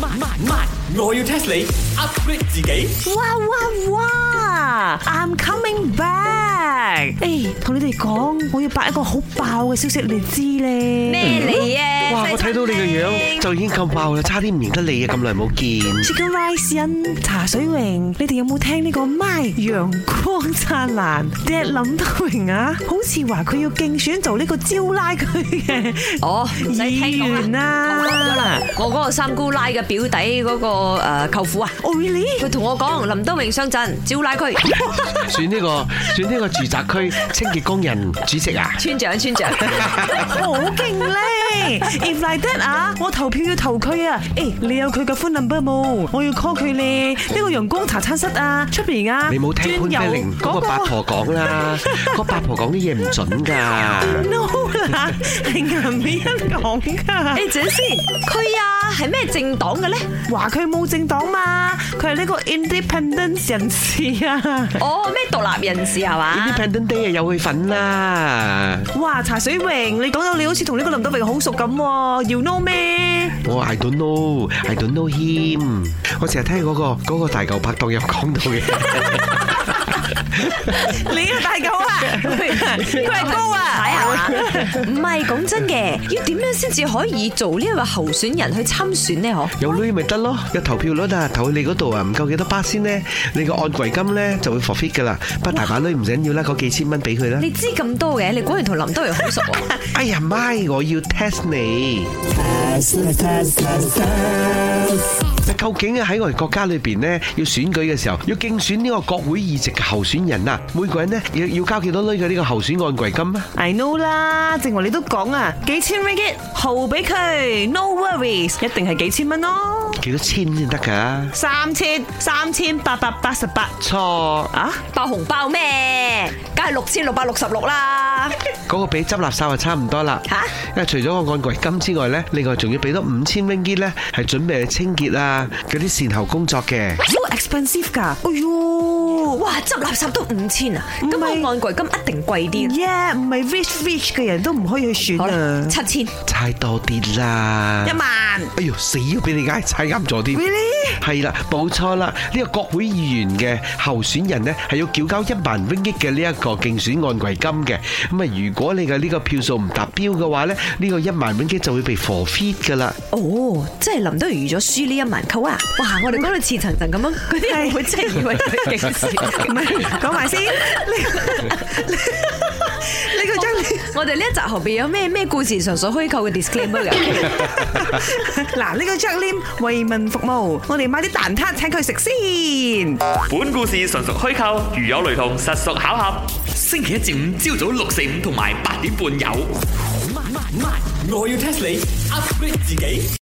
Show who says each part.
Speaker 1: 慢慢慢，我要 test 你 upgrade 自己。
Speaker 2: 哇哇哇！I'm coming back。誒，同你哋講，我要爆一個好爆嘅消息，你哋知咧。
Speaker 3: 咩嚟啊？
Speaker 4: 哇！我睇到你個樣就已經夠爆啦，差啲唔認得你啊！咁耐冇見，
Speaker 2: Chicken Rice 因茶水榮，你哋有冇聽呢個 My 陽光燦爛 Dad 林德榮啊？好似話佢要競選做呢個招拉佢嘅
Speaker 3: 哦，唔使
Speaker 2: 議
Speaker 3: 聽我
Speaker 2: 員
Speaker 3: 啦。
Speaker 2: 啊
Speaker 3: 我講咗啦，我嗰個三姑奶嘅表弟嗰個誒舅父啊，
Speaker 2: 哦 really？
Speaker 3: 佢同我講林德榮上陣，招拉佢
Speaker 4: 選呢個選呢個住宅區清潔工人主席啊！
Speaker 3: 村長村 長。
Speaker 2: 好勁咧！If like that 啊，我投票要投佢啊！誒，你有佢嘅 phone number 冇？我要 call 佢咧。呢個陽光茶餐室啊，出邊啊，
Speaker 4: 你冇聽
Speaker 2: 專
Speaker 4: 潘碧
Speaker 2: 有
Speaker 4: 玲嗰個八婆講啦，個八婆講啲嘢唔準㗎。
Speaker 2: no 啦，係顏美欣講 㗎。
Speaker 3: 誒，陣先，佢啊係咩政黨嘅咧？
Speaker 2: 話佢冇政黨嘛，佢係呢個 independent 人士啊！
Speaker 3: 哦，咩獨立人士係嘛？
Speaker 4: Independent Day 啊，有佢份啦！
Speaker 2: 哇，茶水榮，你講到你好似同呢個林德榮好熟咁喎，you know 咩？
Speaker 4: 我 I don't know，I don't know him。我成日聽嗰個嗰個大舊拍檔有講到嘅，
Speaker 2: 你啊大狗啊，佢係高啊！
Speaker 3: 唔係講真嘅，要點樣先至可以做呢一個候選人去參選呢？嗬？
Speaker 4: 有女咪得咯，有投票率啊，投去你嗰度啊，唔夠幾多巴先呢？你個按櫃金咧就會 forfeit 噶啦。不過大把女唔緊要啦，嗰幾千蚊俾佢啦。
Speaker 3: 你知咁多嘅，你果然同林德榮好熟喎。
Speaker 4: 哎呀咪，我要 test 你。究竟啊喺我哋國家裏邊呢，要選舉嘅時候，要競選呢個國會議席嘅候選人啊，每個人呢，要要交幾多女嘅呢個候選按櫃金啊？
Speaker 2: I know 啦，正話你都講啊，幾千 ringgit 豪俾佢，no worries，一定係幾千蚊咯，
Speaker 4: 幾多千先得㗎？
Speaker 2: 三千三千八百八十八
Speaker 4: 錯，
Speaker 2: 啊，
Speaker 3: 包紅包咩？梗係六千六百六十六啦。
Speaker 4: 嗰個俾執垃圾就差唔多啦。
Speaker 3: 嚇
Speaker 4: 因為除咗個按櫃金之外咧，另外仲要俾多五千 ringgit 咧，係準備去清潔啊嗰啲善後工作嘅。
Speaker 2: 好 expensive 㗎，哎喲
Speaker 3: 哇！執垃圾都五千啊，咁
Speaker 2: 唔係
Speaker 3: 我按櫃金一定貴啲啦。
Speaker 2: ，yeah 唔係 rich rich 嘅人都唔可以去選
Speaker 3: 好
Speaker 2: 啊
Speaker 3: 啦，，七千。
Speaker 4: 猜多啲啦
Speaker 2: 一！萬
Speaker 4: 哎呦，死咗俾你嗌猜啱咗添。
Speaker 2: Really？
Speaker 4: 係啦，冇錯啦。呢個國會議員嘅候選人呢，係要繳交一萬 ringgit 嘅呢一個競選按櫃金嘅。咁啊，如果你嘅呢個票數唔達標嘅話呢，呢個一萬 ringgit 就會被 forfeit 噶啦。
Speaker 3: 哦，即係林德榮預咗輸呢一萬扣啊！哇！我哋講到似層層咁樣，嗰啲人會真係以為佢
Speaker 2: 唔
Speaker 3: 勁
Speaker 2: 係
Speaker 3: 事。
Speaker 2: 講埋 先，你你個張。
Speaker 3: 我哋呢一集後邊有咩咩故事純粹虛構嘅 disclaimer 嘅？
Speaker 2: 嗱，呢個 Jack Lim 為民服務，我哋買啲蛋撻請佢食先。
Speaker 1: 本故事純屬虛構，如有雷同，實屬巧合。星期一至五朝早六四五同埋八點半有。我要 test 你 upgrade 自己。